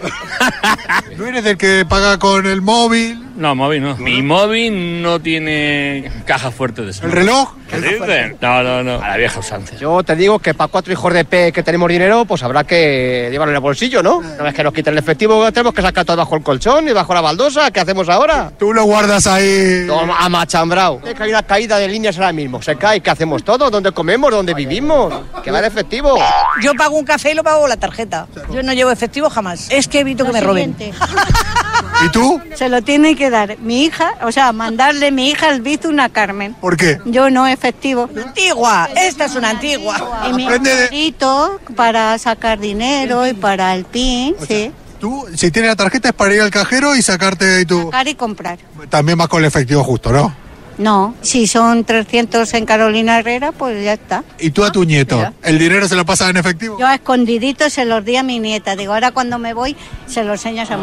¿No eres del que paga con el móvil?
No, móvil no. Mi móvil no tiene caja fuerte de eso.
¿El reloj?
¿Qué dicen? No, no, no. A la vieja usanza.
Yo te digo que para cuatro hijos de P que tenemos dinero, pues habrá que llevarlo en el bolsillo, ¿no? Una vez que nos quiten el efectivo, tenemos que sacar todo bajo el colchón y bajo la baldosa. ¿Qué hacemos ahora?
Tú lo guardas ahí.
A machambrao. Es que hay una caída de líneas ahora mismo. Se cae. ¿Qué hacemos todos? ¿Dónde comemos? ¿Dónde vivimos? ¿Qué va el efectivo?
Yo pago un café y lo pago con la tarjeta. Yo no llevo efectivo jamás. Es que evito que me roben.
¿Y tú?
Se lo tiene que dar mi hija, o sea, mandarle mi hija el bizum a Carmen.
¿Por qué?
Yo no efectivo.
Antigua, esta es una antigua.
Y mi
Aprende de-
carrito para sacar dinero y para el PIN, sí.
Tú, si tienes la tarjeta es para ir al cajero y sacarte ahí tu...
Sacar y comprar.
También vas con el efectivo justo, ¿no?
No, si son 300 en Carolina Herrera, pues ya está.
¿Y tú a tu nieto?
mira.
¿El dinero se lo pasas en efectivo?
Yo a escondiditos se los di a mi nieta. Digo, ahora cuando me voy, se los enseñas a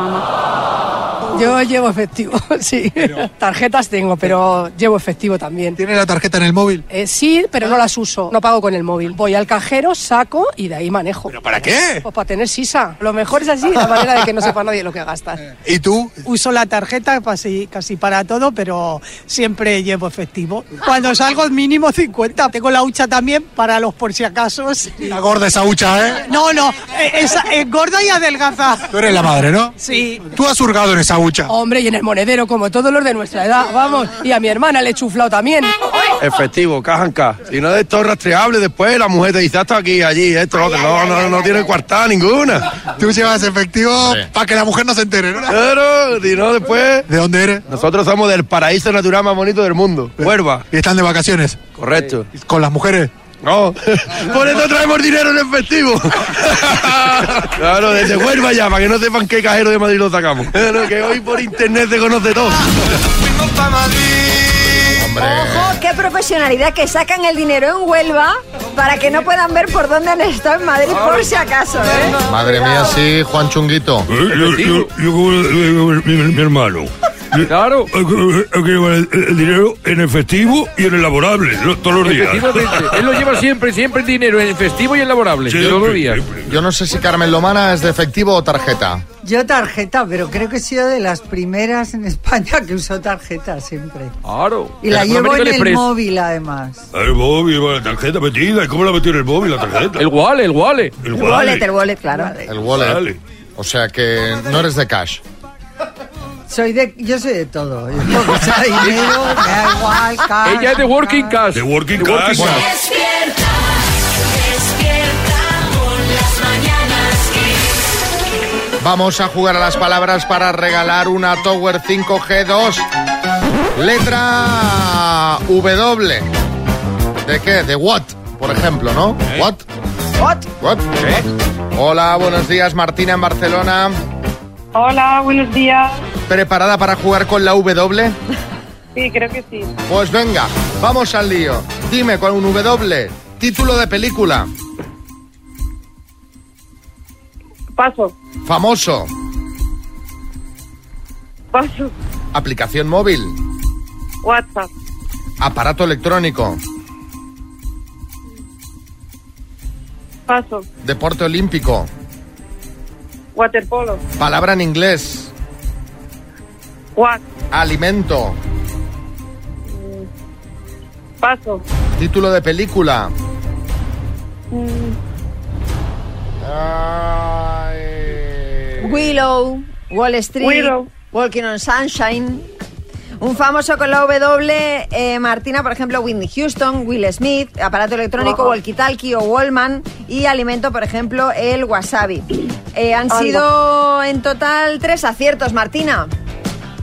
mamá.
Yo llevo efectivo, sí. Tarjetas tengo, pero llevo efectivo también.
¿Tienes la tarjeta en el móvil?
Eh, sí, pero no las uso. No pago con el móvil. Voy al cajero, saco y de ahí manejo. ¿Pero
para qué?
Pues para tener sisa. Lo mejor es así, la manera de que no sepa nadie lo que gastas.
¿Y tú?
Uso la tarjeta casi, casi para todo, pero siempre llevo efectivo. Cuando salgo mínimo 50. Tengo la hucha también para los por si acaso.
La gorda esa hucha, ¿eh?
No, no, eh, esa- es gorda y adelgaza.
Tú eres la madre, ¿no?
Sí.
Tú has hurgado en esa hucha.
Hombre, y en el monedero, como todos los de nuestra edad, vamos. Y a mi hermana le he chuflado también.
Efectivo, caja en caja. Si no es todo rastreable, después la mujer te dice, hasta aquí, allí, esto, lo otro". No, no, no tiene cuartada ninguna.
Tú llevas efectivo para que la mujer no se entere, ¿no?
Claro, si no, después...
¿De dónde eres?
Nosotros somos del paraíso natural más bonito del mundo, Huelva.
¿Y están de vacaciones?
Correcto.
¿Con las mujeres?
No, por eso traemos dinero en efectivo. claro, desde Huelva ya, para que no sepan qué cajero de Madrid lo sacamos. Claro, que hoy por internet se conoce todo.
Ojo, qué profesionalidad que sacan el dinero en Huelva para que no puedan ver por dónde han estado en Madrid por si acaso. ¿eh?
Madre mía, sí, Juan
Eh,
Chunguito.
mi, mi hermano. Claro.
Eh,
Hay que- hay que llevar el, el dinero en efectivo y en el laborable, lo- todos los días.
Efectivamente, él lo lleva siempre, siempre el dinero en festivo y en laborable.
Sí,
todos los días.
Yo no sé si Carmen Lomana es de efectivo o tarjeta.
Yo tarjeta, pero creo que he sido de las primeras en España que usó tarjeta siempre.
Claro.
Y la llevo en el móvil además.
El móvil, la tarjeta metida. ¿Y cómo la metió en el móvil la tarjeta? El
wallet, el wallet.
El
El wallet, el wallet, claro.
El wallet.
Vale.
O sea que no eres de cash.
Soy de, yo soy de todo. Yo puedo usar dinero, me da igual, cash.
Ella es de working cash. De
working
class.
Despierta, despierta con las mañanas Kiss.
Vamos a jugar a las palabras para regalar una Tower 5G2. Letra W. ¿De qué? De what, por ejemplo, ¿no? What.
What.
What. Hola, buenos días, Martina en Barcelona.
Hola, buenos días.
¿Preparada para jugar con la W?
Sí, creo que sí.
Pues venga, vamos al lío. Dime con un W, título de película,
Paso,
famoso,
paso.
aplicación móvil,
WhatsApp,
aparato electrónico,
paso.
deporte olímpico,
Waterpolo,
palabra en inglés,
what,
alimento,
paso.
título de película,
Mm,
Willow, Wall Street,
Willow.
Walking on Sunshine. Un famoso con la W, eh, Martina, por ejemplo, Whitney Houston, Will Smith, aparato electrónico,
Wow.
walkie-talkie o Wallman y alimento, por ejemplo, el wasabi. Eh, han
Anda.
sido en total tres aciertos, Martina.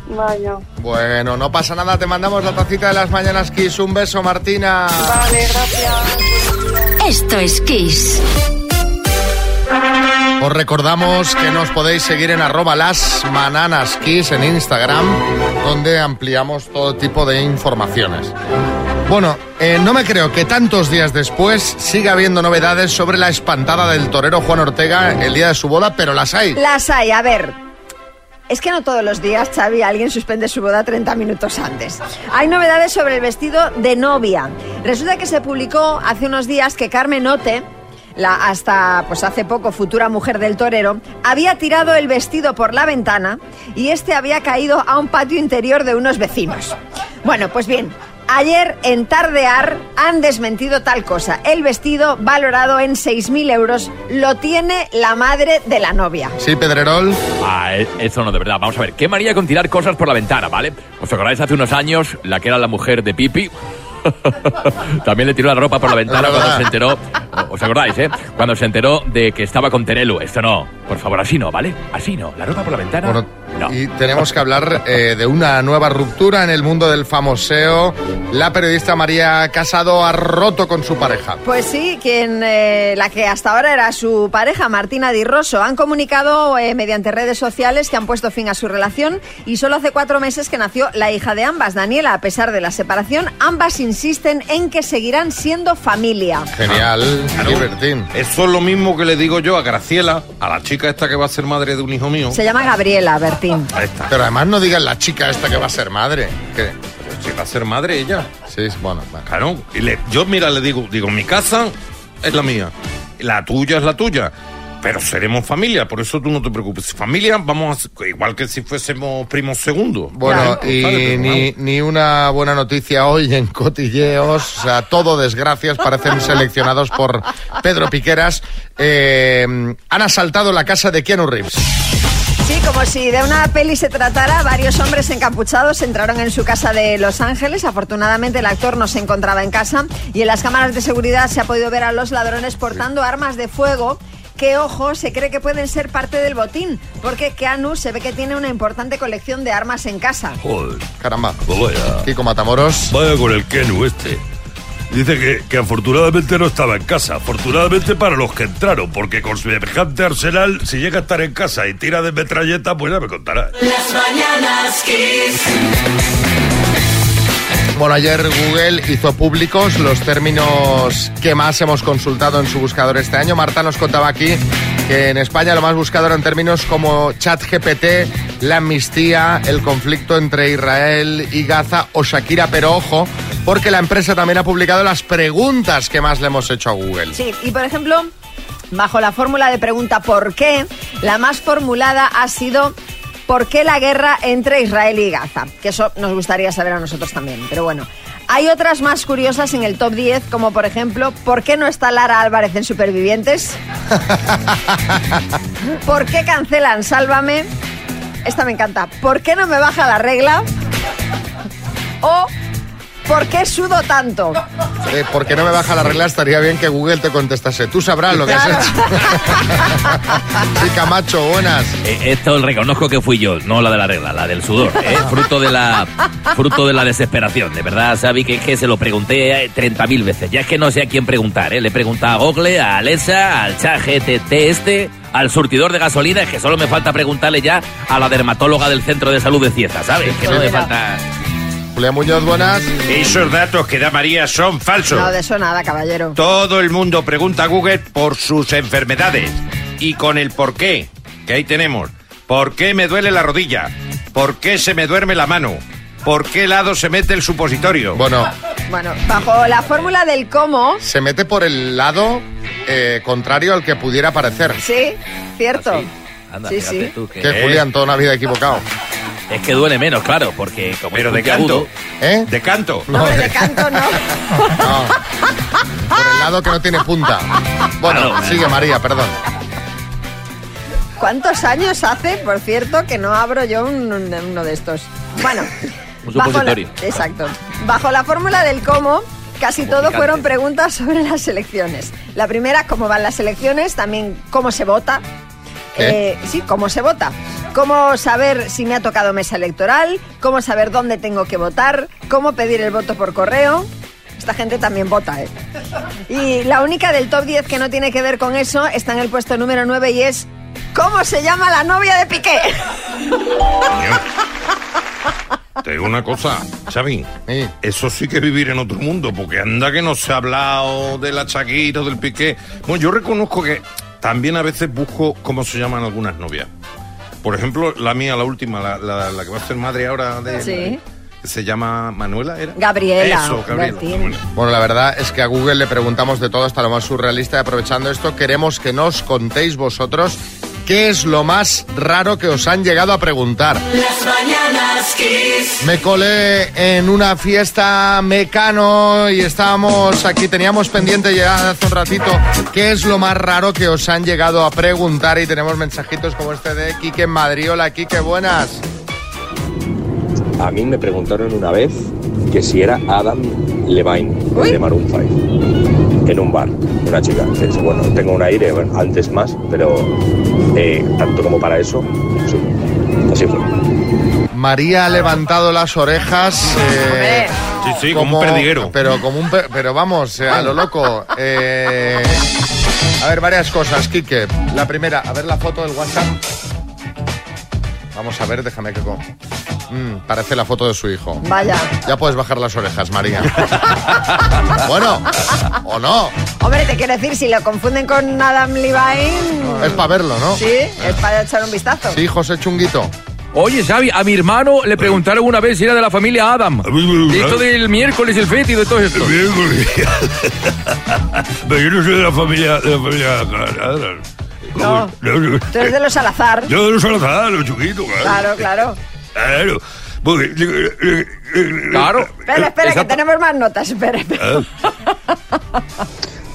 Vaya.
Bueno, no pasa nada, te mandamos la tacita de las mañanas Kiss. Un beso, Martina.
Vale, gracias.
Esto es Kiss.
Os recordamos que nos podéis seguir en arroba las bananas Kiss en Instagram, donde ampliamos todo tipo de informaciones. Bueno, eh, no me creo que tantos días después siga habiendo novedades sobre la espantada del torero Juan Ortega el día de su boda, pero las hay.
Las hay, a ver. Es que no todos los días, Xavi, alguien suspende su boda 30 minutos antes. Hay novedades sobre el vestido de novia. Resulta que se publicó hace unos días que Carmen Ote, la hasta pues hace poco futura mujer del torero, había tirado el vestido por la ventana y este había caído a un patio interior de unos vecinos. Bueno, pues bien, ayer en Tardear han desmentido tal cosa. El vestido, valorado en 6.000 euros, lo tiene la madre de la novia.
Sí, Pedrerol.
Ah, e- eso no, de verdad. Vamos a ver, ¿qué maría con tirar cosas por la ventana, vale? ¿Os acordáis hace unos años la que era la mujer de Pipi? También le tiró la ropa por Ah, la ventana cuando se enteró. ¿Os acordáis, eh? Cuando se enteró de que estaba con Terelu. Esto no. Por favor, así no, ¿vale? Así no. La ropa por la ventana.
Bueno, y tenemos que hablar eh, de una nueva ruptura en el mundo del famoseo. La periodista María Casado ha roto con su pareja.
Pues sí, quien, eh, la que hasta ahora era su pareja, Martina Di Rosso, han comunicado eh, mediante redes sociales que han puesto fin a su relación y solo hace cuatro meses que nació la hija de ambas, Daniela. A pesar de la separación, ambas insisten en que seguirán siendo familia.
Genial, divertido.
Eso es lo mismo que le digo yo a Graciela, a la chica esta que va a ser madre de un hijo mío.
Se llama Gabriela Bertín.
Pero además no digas la chica esta que va a ser madre. Que
Si va a ser madre ella.
Sí, bueno.
Claro. Y le- yo, mira, le digo, digo, mi casa es la mía. La tuya es la tuya. Pero seremos familia, por eso tú no te preocupes. Familia, vamos a- igual que si fuésemos primos segundos.
Bueno,
Por ejemplo, ¿sabes?
y
Pero
ni, ni una buena noticia hoy en Cotilleos. O sea, todo desgracias. Parecen seleccionados por Pedro Piqueras. Eh, han asaltado la casa de Keanu Reeves.
Sí, como si de una peli se tratara, varios hombres encapuchados entraron en su casa de Los Ángeles. Afortunadamente el actor no se encontraba en casa y en las cámaras de seguridad se ha podido ver a los ladrones portando armas de fuego. Que ojo, se cree que pueden ser parte del botín, porque Keanu se ve que tiene una importante colección de armas en casa.
Joder.
Caramba.
vaya.
Kiko Matamoros.
Vaya con el Kenu este. Dice que, que afortunadamente no estaba en casa. Afortunadamente para los que entraron, porque con semejante arsenal, si llega a estar en casa y tira de metralleta, pues ya me contará.
Las mañanas Kiss.
Bueno, ayer Google hizo públicos los términos que más hemos consultado en su buscador este año. Marta nos contaba aquí que en España lo más buscado eran términos como ChatGPT, la amnistía, el conflicto entre Israel y Gaza o Shakira, pero ojo, porque la empresa también ha publicado las preguntas que más le hemos hecho a Google.
Sí, y por ejemplo, bajo la fórmula de pregunta ¿por qué? La más formulada ha sido ¿por qué la guerra entre Israel y Gaza? Que eso nos gustaría saber a nosotros también, pero bueno. Hay otras más curiosas en el top 10, como por ejemplo, ¿por qué no está Lara Álvarez en Supervivientes? ¿Por qué cancelan Sálvame? Esta me encanta. ¿Por qué no me baja la regla? O ¿Por qué sudo tanto?
Eh, porque no me baja la regla, estaría bien que Google te contestase. Tú sabrás lo que has hecho. sí, Camacho, buenas.
Eh, Esto reconozco que fui yo, no la de la regla, la del sudor, ¿eh? fruto de la fruto de la desesperación. De verdad, Xavi, que es que se lo pregunté eh, 30.000 veces. Ya es que no sé a quién preguntar, ¿eh? Le pregunté a Google, a Alexa, al chat GTT este, al surtidor de gasolina, es que solo me falta preguntarle ya a la dermatóloga del centro de salud de Cieza, ¿sabes? Que no me falta...
Julia Muñoz, buenas.
Esos datos que da María son falsos.
No, de eso nada, caballero.
Todo el mundo pregunta a Google por sus enfermedades y con el por qué, que ahí tenemos. ¿Por qué me duele la rodilla? ¿Por qué se me duerme la mano? ¿Por qué lado se mete el supositorio?
Bueno,
Bueno, bajo la fórmula del cómo,
se mete por el lado eh, contrario al que pudiera parecer.
sí, cierto.
Anda,
sí,
fíjate
sí.
tú, que- eh.
Que Julián, toda una vida equivocado.
Es que duele menos, claro, porque como
Pero
es
de
puntiagudo-
canto. De canto.
¿eh? No,
Te canto, no.
por el lado que no tiene punta. Bueno,
Claro.
sigue María, perdón.
¿Cuántos años hace, por cierto, que no abro yo un- un- uno de estos? Bueno,
Un
bajo la-
supositorio.
exacto. Bajo la fórmula del cómo, casi todo
picante.
fueron preguntas sobre las elecciones. La primera, cómo van las elecciones, también cómo se vota.
¿Qué?
Eh, sí, cómo se vota. Cómo saber si me ha tocado mesa electoral, cómo saber dónde tengo que votar, cómo pedir el voto por correo. Esta gente también vota, ¿eh? Y la única del top 10 que no tiene que ver con eso está en el puesto número 9 y es ¿Cómo se llama la novia de Piqué?
Te digo una cosa, Xavi.
Sí.
Eso sí que es vivir en otro mundo, porque anda que no se ha hablado de la Shakira, del Piqué. Bueno, yo reconozco que también a veces busco cómo se llaman algunas novias. Por ejemplo, la mía, la última, la, la- la que va a ser madre ahora de...
Sí.
Se llama Manuela, ¿era?
Gabriela.
Eso, Gabriela.
Martín.
Bueno, la verdad es que a Google le preguntamos de todo hasta lo más surrealista y aprovechando esto queremos que nos contéis vosotros qué es lo más raro que os han llegado a preguntar.
Las mañanas kiss.
Me colé en una fiesta mecano y estábamos aquí, teníamos pendiente ya hace un ratito qué es lo más raro que os han llegado a preguntar y tenemos mensajitos como este de Quique en Madrid. Hola Quique, buenas.
A mí me preguntaron una vez que si era Adam Levine, el de Maroon 5, en un bar, una chica. Entonces, bueno, tengo un aire, bueno, antes más, pero eh, tanto como para eso, sí. Así fue.
María ha levantado las orejas. eh,
Sí, sí, como un perdiguero.
Pero, como un per- pero vamos, eh, a lo loco. eh, a ver, varias cosas, Quique. La primera, a ver la foto del WhatsApp. Vamos a ver, déjame que... co- Mm, parece la foto de su hijo.
Vaya.
Ya puedes bajar las orejas, María. bueno, o no.
Hombre, te quiero decir, si lo confunden con Adam Levine...
Es para verlo, ¿no?
Sí, es para echar un vistazo.
Sí, José Chunguito.
Oye, Xavi, a mi hermano le preguntaron una vez si era de la familia Adam. Y esto del miércoles, el fétido y todo esto.
Pero yo no soy de la familia. De la familia Adler.
No.
No, no.
Tú eres de los Salazar.
Yo eh, de los Salazar, los chiquitos,
Claro, claro.
Claro. Porque- eh,
Claro.
Espera, espera, que tenemos más notas. Espera, espera.
Ah.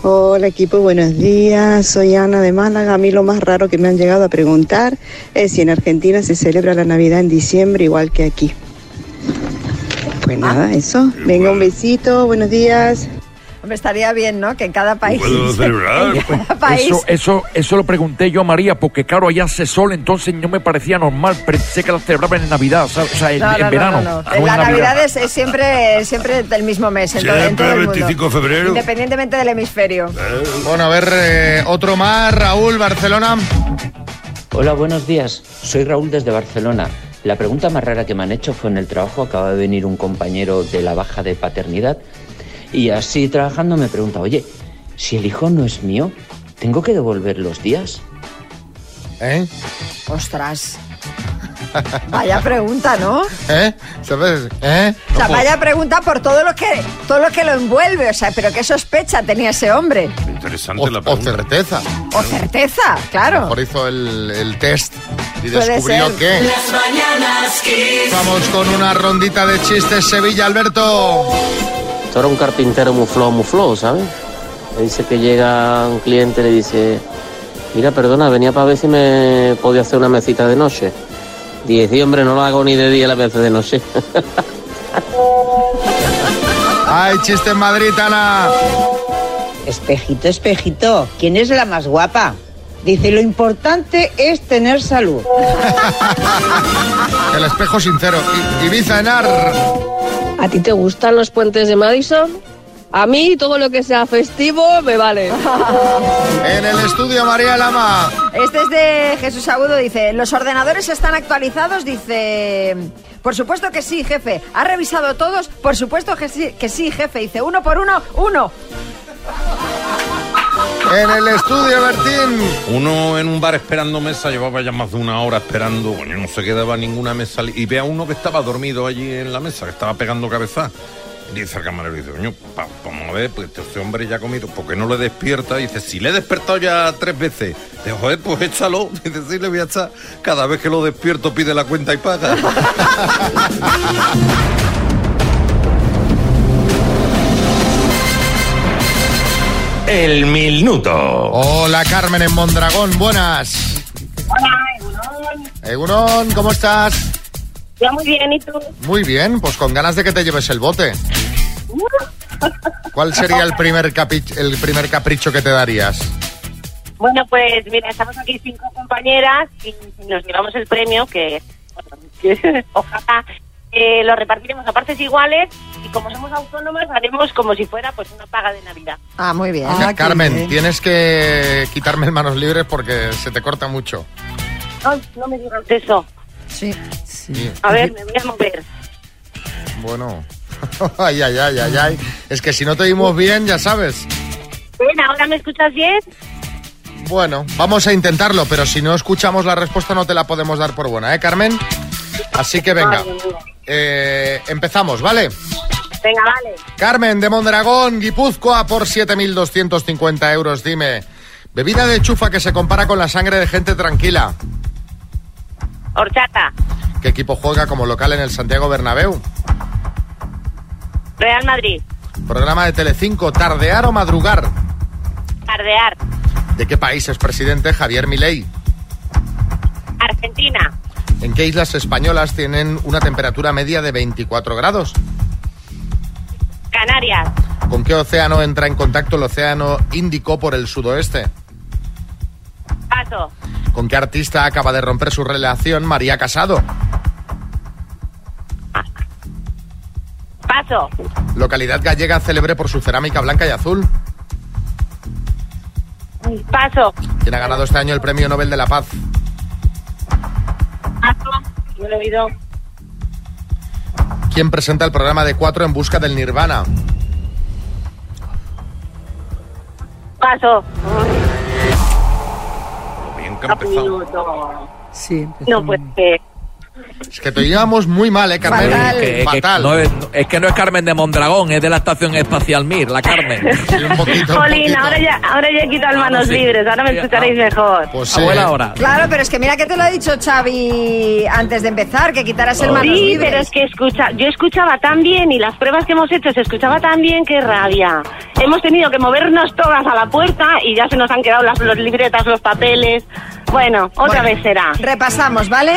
Hola equipo, buenos días. Soy Ana de Málaga. A mí lo más raro que me han llegado a preguntar es si en Argentina se celebra la Navidad en diciembre igual que aquí. Pues nada, eso. Venga, un besito. Buenos días.
Hombre, estaría bien, ¿no? Que en cada país...
Puedo celebrar.
en
pues.
cada país...
Eso, eso, eso lo pregunté yo a María, porque claro, allá hace sol, entonces no me parecía normal. Pensé que la celebraban en Navidad, ¿sabes? o sea, en,
No,
en
no, no,
verano. Ah,
no, no.
no en
La Navidad, es, es siempre, siempre del mismo mes. En todo, en
Siempre
todo el
25 de
mundo.
febrero.
Independientemente del hemisferio.
Bueno, a ver, eh, otro más. Raúl, Barcelona.
Hola, buenos días. Soy Raúl desde Barcelona. La pregunta más rara que me han hecho fue en el trabajo. Acaba de venir un compañero de la baja de paternidad y así trabajando me pregunta, oye, si el hijo no es mío, ¿tengo que devolver los días?
¿Eh?
Ostras. Vaya pregunta, ¿no?
¿Eh? ¿Sabes? ¿Eh?
O sea, vaya pregunta por todo lo que todo lo que lo envuelve, o sea, pero qué sospecha tenía ese hombre
Interesante
la pregunta. pues, O certeza.
o certeza,
A lo
claro.
mejor hizo el, el test y
Puede
descubrió
ser.
que.
Las mañanas kiss.
Vamos con una rondita de chistes Sevilla, Alberto.
Esto era un carpintero mufló, mufló, ¿sabes? Le dice que llega un cliente y le dice, mira, perdona, venía para ver si me podía hacer una mesita de noche. Dice, "Sí, hombre, no lo hago ni de día la veces de noche.
¡Ay, chiste en Madrid, Ana!
Espejito, espejito, ¿quién es la más guapa? Dice, lo importante es tener salud.
El espejo sincero. I- Ibiza Enar.
¿A ti te gustan los puentes de Madison? A mí todo lo que sea festivo me vale.
En el estudio, María Lama.
Este es de Jesús Agudo, dice, ¿los ordenadores están actualizados? Dice, por supuesto que sí, jefe. ¿Ha revisado todos? Por supuesto que sí, que sí, jefe. Dice, uno por uno, uno.
En el estudio, Bertín.
Uno en un bar esperando mesa, llevaba ya más de una hora esperando, bueno, no se quedaba ninguna mesa. li- Y ve a uno que estaba dormido allí en la mesa, que estaba pegando cabeza. Y dice el camarero, dice, coño, pa- vamos a ver, pues este hombre ya ha comido, ¿por qué no le despierta? Y dice, si le he despertado ya tres veces. Dice, joder, pues échalo. Dice, sí, le voy a echar. Cada vez que lo despierto pide la cuenta y paga.
El minuto.
Hola, Carmen en Mondragón. Buenas. Egunon, ¿cómo estás?
Ya muy bien, ¿y tú?
Muy bien, pues con ganas de que te lleves el bote. ¿Cuál sería el primer, capi- el primer capricho que te darías?
Bueno, pues mira, estamos aquí cinco compañeras y nos llevamos el premio que, bueno, que ojalá eh, lo repartiremos a partes iguales y como somos autónomas haremos como si fuera pues una paga de Navidad.
Ah, muy bien.
Ca- Carmen, tienes que quitarme el manos libres porque se te corta mucho.
Ay, no me digas eso.
Sí.
Y-
A ver, me voy a mover.
Bueno. ay, ay, ay, ay, ay. Es que si no te oímos bien, ya sabes.
Ven, ¿ahora me escuchas bien?
Bueno, vamos a intentarlo, pero si no escuchamos la respuesta no te la podemos dar por buena, ¿eh, Carmen? Así que venga,
Vale,
eh, empezamos, ¿vale?
Venga, vale.
Carmen de Mondragón, Guipúzcoa, por 7.250 euros, dime. Bebida de chufa que se compara con la sangre de gente tranquila.
Horchata,
¿Qué equipo juega como local en el Santiago Bernabéu?
Real Madrid,
Programa de Telecinco, tardear o madrugar.
Tardear,
¿De qué país es presidente Javier Milei?
Argentina,
¿En qué islas españolas tienen una temperatura media de 24 grados?
Canarias,
¿Con qué océano entra en contacto el océano Índico por el sudoeste?
Paso,
¿Con qué artista acaba de romper su relación María Casado?
Paso,
Localidad gallega célebre por su cerámica blanca y azul.
Paso,
¿Quién ha ganado este año el Premio Nobel de la Paz?
Paso, no lo he oído.
¿Quién presenta el programa de cuatro en busca del Nirvana?
Paso.
Bien que
Un
ha empezado.
minuto.
Sí.
No, pues
Mm.
que
Es que te llevamos muy mal, ¿eh, Carmen?
Que- que no es, es que no es Carmen de Mondragón, es de la estación espacial Mir, la Carmen.
un poquito.
Jolín, ahora ya, ahora ya he quitado el manos
Ah, sí.
libres, ahora me escucharéis mejor.
Pues
Abuela ahora.
Claro, pero es que mira que te lo ha dicho Xavi antes de empezar, que quitaras el manos
sí,
libres.
pero es que escucha, yo escuchaba tan bien y las pruebas que hemos hecho se escuchaba tan bien que rabia. Hemos tenido que movernos todas a la puerta y ya se nos han quedado las los libretas, los papeles. Bueno, otra
Bueno,
vez será.
Repasamos, ¿vale?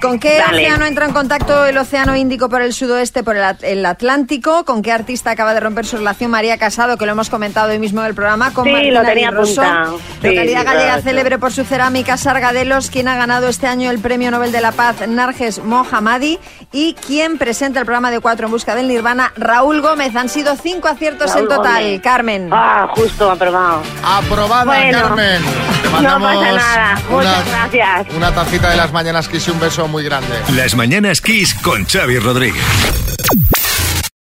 ¿Con qué
Dale.
océano entra en contacto el océano Índico por el sudoeste, por el, at- el Atlántico? ¿Con qué artista acaba de romper su relación María Casado, que lo hemos comentado hoy mismo en el programa? Con
Sí,
Martina
lo tenía
Di Rosso.
apuntado. Sí,
Localidad
sí,
gallega
claro.
célebre por su cerámica Sargadelos, quien ha ganado este año el Premio Nobel de la Paz Narges Mohammadi y quien presenta el programa de Cuatro en Busca del Nirvana, Raúl Gómez. Han sido cinco aciertos
Raúl
en total,
Gómez.
Carmen.
Ah, justo aprobado.
Aprobada,
Bueno,
Carmen. Te
No
mandamos
pasa nada. Muchas
una-
gracias.
Una tacita de las mañanas, Kiss, y un beso muy grande.
Las mañanas Kiss con Xavi Rodríguez.